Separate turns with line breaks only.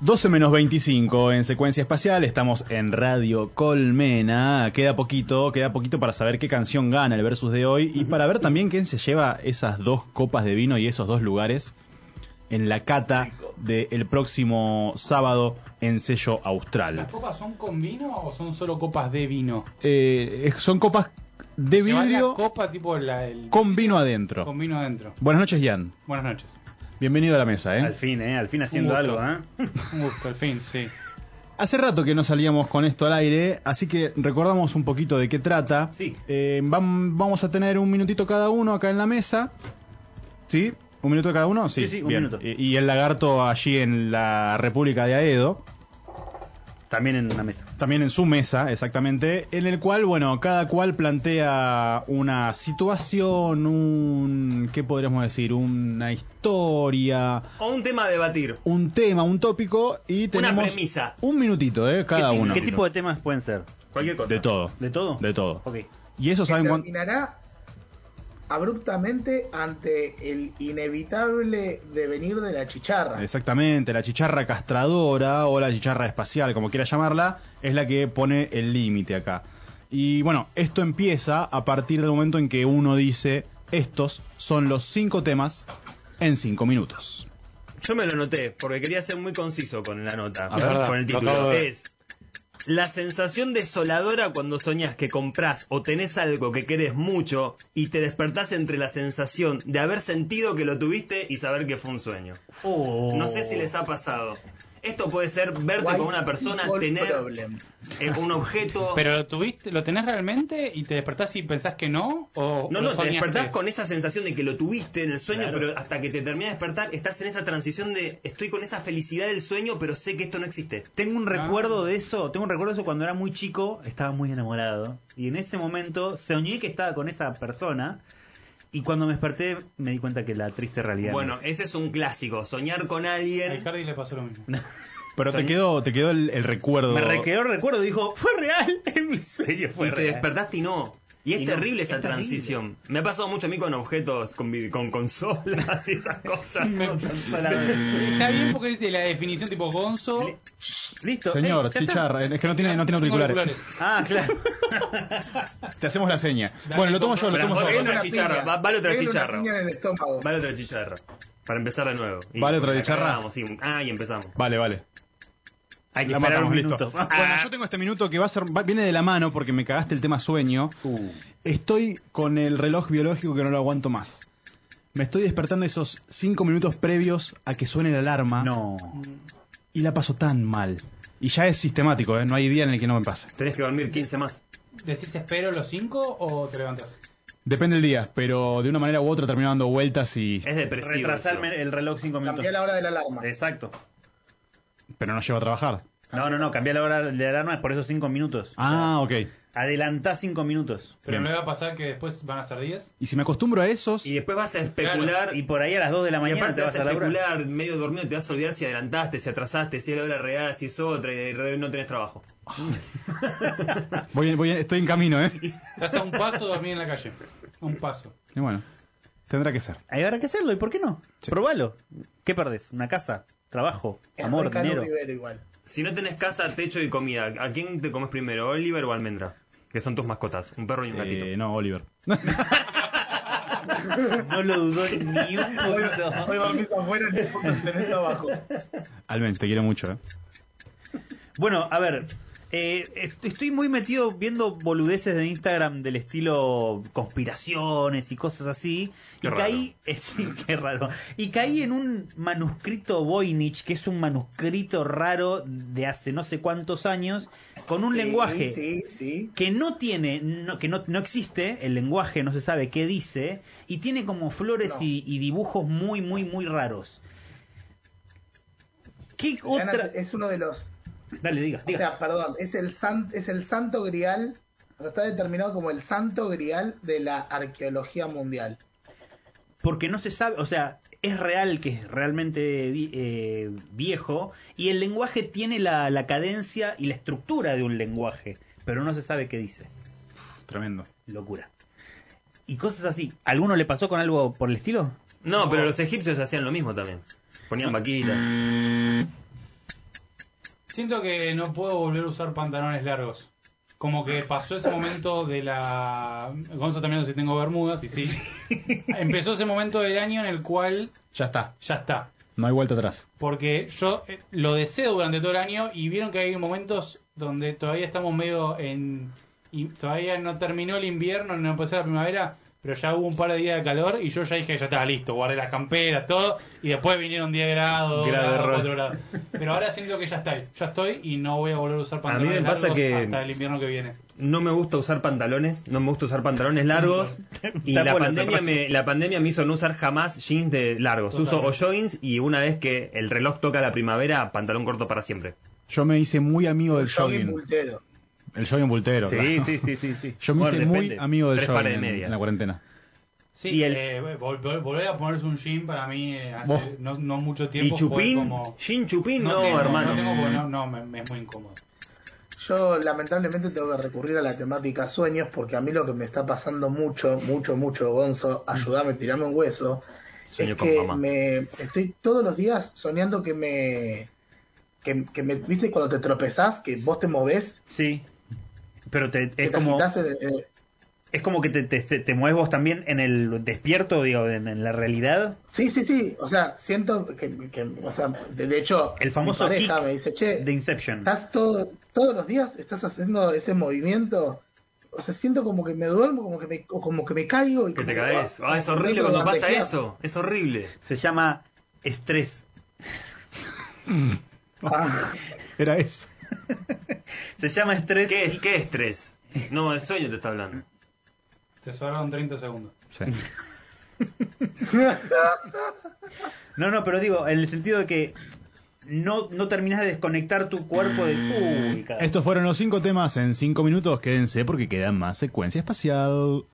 12 menos 25 en secuencia espacial, estamos en Radio Colmena, queda poquito, queda poquito para saber qué canción gana el versus de hoy y para ver también quién se lleva esas dos copas de vino y esos dos lugares en la cata del próximo sábado en sello austral.
¿Las copas son con vino o son solo copas de vino?
Eh, es- son copas de
¿Se va
vidrio
La copa tipo la, el,
con vino adentro.
con vino adentro.
Buenas noches, Jan.
Buenas noches.
Bienvenido a la mesa,
Al
¿eh?
fin, ¿eh? Al fin haciendo
Un
algo,
gusto.
¿eh?
Un gusto, al fin, sí.
Hace rato que no salíamos con esto al aire, así que recordamos un poquito de qué trata.
Sí.
Eh, vam- vamos a tener un minutito cada uno acá en la mesa. ¿Sí? ¿Un minuto cada uno? Sí,
Sí, sí, un
bien.
minuto.
Y, y el lagarto allí en la República de Aedo,
También en una mesa.
también en su mesa, exactamente, en el cual, bueno, cada cual plantea una situación, un... ¿qué podríamos decir? Una historia,
O un tema a debatir.
un tema, un tópico y tenemos...
premisa.
Un minutito, ¿eh? Cada
¿Qué, ti-
uno.
¿Qué tipo de temas pueden ser?
Cualquier cosa.
De todo.
¿De todo?
De todo.
Ok.
Y eso
que
saben cuándo.
terminará abruptamente ante el inevitable devenir de la chicharra.
Exactamente, la chicharra castradora o la chicharra espacial, como quiera llamarla, es la que pone el límite acá. Y bueno, esto empieza a partir del momento en que uno dice, estos son los cinco temas en cinco minutos.
Yo me lo noté, porque quería ser muy conciso con la nota,
A ver,
con el
lo acabo
título.
de ver.
Es la sensación desoladora cuando soñás que comprás o tenés algo que querés mucho y te despertás entre la sensación de haber sentido que lo tuviste y saber que fue un sueño. No sé
Oh.
si les ha pasado. Esto puede ser verte
White
con una persona,
people
tener
problem.
eh, un objeto...
Pero lo tuviste, lo tenés realmente y te despertás y pensás que no o
No,
lo
no, te
soñaste?
despertás con esa sensación de que lo tuviste en el sueño,
Claro.
pero hasta que te termina de despertar estás en esa transición de estoy con esa felicidad del sueño, pero sé que esto no existe.
Tengo un
Ah.
recuerdo de eso, tengo un recuerdo de eso cuando era muy chico, estaba muy enamorado. Y en ese momento soñé que estaba con esa persona. Y cuando me desperté me di cuenta que la triste realidad. no
Bueno,
es.
ese es un clásico, soñar con
A
alguien.
Icardi le pasó lo mismo.
Pero te
Soñé-
quedó, te quedó el, el recuerdo.
me requedó el recuerdo, dijo, fue real, en mi sueño fue
Y te
real.
despertaste y no. Y es
¿eh? Y no,
terrible
es
esa
terrible.
transición. Me ha pasado mucho a mí con objetos, con, vide- con consolas y esas cosas.
Me-
Solamente.
Está bien porque dice la definición tipo Gonzo.
Le- Listo.
Señor,
eh, ya está.
chicharra, es que no tiene, no tiene
Tengo
auriculares.
Ah, claro.
Te hacemos la seña. bueno, lo tomo yo, lo
Pará,
tomo
otra
yo.
otra
Una
chicharra,
piña.
va- vale otra
Pegale una
chicharra.
piña en el estómago.
Vale otra chicharra. Para empezar de nuevo. Y
Vale otra
la
chicharra.
cagamos, sí. Ah, y empezamos.
Vale, vale.
Hay que
La
esperar
matamos,
un
listo.
minuto.
Ah.
Ah.
Bueno, yo tengo este minuto que va a ser, va- viene de la mano porque me cagaste el tema sueño. Estoy con el reloj biológico que no lo aguanto más. Me estoy despertando esos cinco minutos previos a que suene la alarma
No.
y la paso tan mal. Y ya es sistemático, ¿eh? no hay día en el que no me pase.
Tenés que dormir 15 más.
¿Decís espero los cinco o te levantás?
Depende del día, pero de una manera u otra termino dando vueltas y...
Es depresivo.
Retrasarme
eso.
el reloj 5 minutos.
Cambié la hora de la alarma.
Exacto.
Pero no llevo a trabajar.
No, no, no, cambiar la hora de alarma es por esos 5 minutos.
Ah, ok.
Adelantá 5 minutos.
Pero
Bien.
no le va a pasar que después van a ser 10.
Y si me acostumbro a esos...
Y después vas a especular.
Y
y,
por ahí a las 2 de la mañana
aparte
te
vas
vas
a
a laburar.
especular, medio dormido, te vas a olvidar si adelantaste, si atrasaste, si es la hora real, si es otra, y de re- no tenés trabajo.
Voy, voy- estoy en camino, ¿eh?
Estás a un paso de dormir en la calle. A un paso.
Y bueno, tendrá que ser.
Ahí habrá que hacerlo, ¿y por qué no?
Sí.
Probalo. ¿Qué perdés? ¿Una casa? ¿Trabajo?
Es
¿Amor?
Ricardo
¿Dinero?
Rivero igual.
Si no tenés casa, techo y comida, ¿a quién te comes primero? ¿Oliver o Almendra? Que son tus mascotas, un perro y un gatito.
Eh, no, Oliver.
No lo dudó ni un
Hoy
poquito.
dormís afuera en el continente abajo.
Almen, te quiero mucho, ¿eh?
Bueno, a ver. eh, est- estoy muy metido viendo boludeces de Instagram del estilo conspiraciones y cosas así.
Qué
y
raro.
caí, eh, sí, qué raro. Y caí en un manuscrito Voynich, que es un manuscrito raro de hace no sé cuántos años, con un
Sí,
lenguaje
Sí, sí.
que no tiene, no- que no, no existe, el lenguaje no se sabe qué dice, y tiene como flores
No.
y, y dibujos muy, muy, muy raros. ¿Qué
Gana-
otra?
Es uno de los
Dale, diga,
O
diga.
sea, perdón, es el, san- es el santo grial, o sea, está determinado como el santo grial de la arqueología mundial.
Porque no se sabe, o sea, es real que es realmente vi- eh, viejo, y el lenguaje tiene la, la cadencia y la estructura de un lenguaje, pero no se sabe qué dice.
Tremendo.
Locura. Y cosas así. ¿Alguno le pasó con algo por el estilo?
No, pero los egipcios hacían lo mismo también. Ponían vaquitas.
Siento que no puedo volver a usar pantalones largos. Como que pasó ese momento de la... Gonzo también no sé si tengo bermudas, y sí. Empezó ese momento del año en el cual
Ya está,
ya está.
no hay vuelta atrás.
Porque yo eh, lo deseé durante todo el año y vieron que hay momentos donde todavía estamos medio en... Y todavía no terminó el invierno, no empezó la primavera, pero ya hubo un par de días de calor y yo ya dije, ya está listo, guardé las camperas, todo, y después vinieron 10 grados,
Grave
grados,
error.
cuatro grados. Pero ahora siento que ya está, ya estoy y no voy a volver a usar
me
pantalones
pasa
largos
que-
hasta el invierno que viene.
No me gusta usar pantalones, no me gusta usar pantalones largos. y la
Tapo la
pandemia,
cerraza.
me, la pandemia me hizo no usar jamás jeans de largos. Uso o
Totalmente.
joggings y una vez que el reloj toca la primavera, pantalón corto para siempre.
Yo me hice muy amigo del
Jogging
jogging.
multero.
El jogging bultero. claro.
sí, sí, sí, sí.
Yo me
Bueno,
hice
depende.
muy amigo del
Tres
jogging
pares de
en-
medias.
en la cuarentena.
Sí,
Y el-
eh, vol- vol- volver a ponerse un jean para mí eh, hace
Vos.
no, no mucho
¿Y
tiempo fue
chupín?
como...
¿Jean chupín?
No,
No,
tengo,
hermano.
No, tengo porque no, no, me- me es muy incómodo.
Yo lamentablemente tengo que recurrir a la temática sueños porque a mí lo que me está pasando mucho, mucho, mucho,
Mm.
Gonzo, ayúdame, tirame un hueso,
Sueño
es
con
que
mamá.
me estoy todos los días soñando que me que, que me viste cuando te tropezás, que vos te movés,
Sí. Pero te-
que
es
te
como
agitás eh, en el- en el-
es como que te, te, se- te mueves vos también en el despierto, digo, en, en la realidad.
Sí, sí, sí, o sea, siento que, que- o sea, de, de hecho,
El famoso
mi pareja
kick
me dice, "Che,
De Inception.
estás todo, todos los días estás haciendo ese movimiento." O sea, siento como que me duermo, como que me, o como que me caigo y
Que te
como
caes.
ah,
Ah, es horrible
trato de
cuando pasa
bandejear.
eso. Es horrible.
Se llama estrés.
Ah.
Era eso.
Se llama estrés.
¿Qué, es- qué estrés? No, el sueño te está hablando.
Te sobraron 30 segundos.
Sí.
No, no, pero digo, en el sentido de que no, no terminas de desconectar tu cuerpo de.
Mm.
Uy, cagada.
Estos fueron los cinco temas en cinco minutos. Quédense porque quedan más secuencia espacial.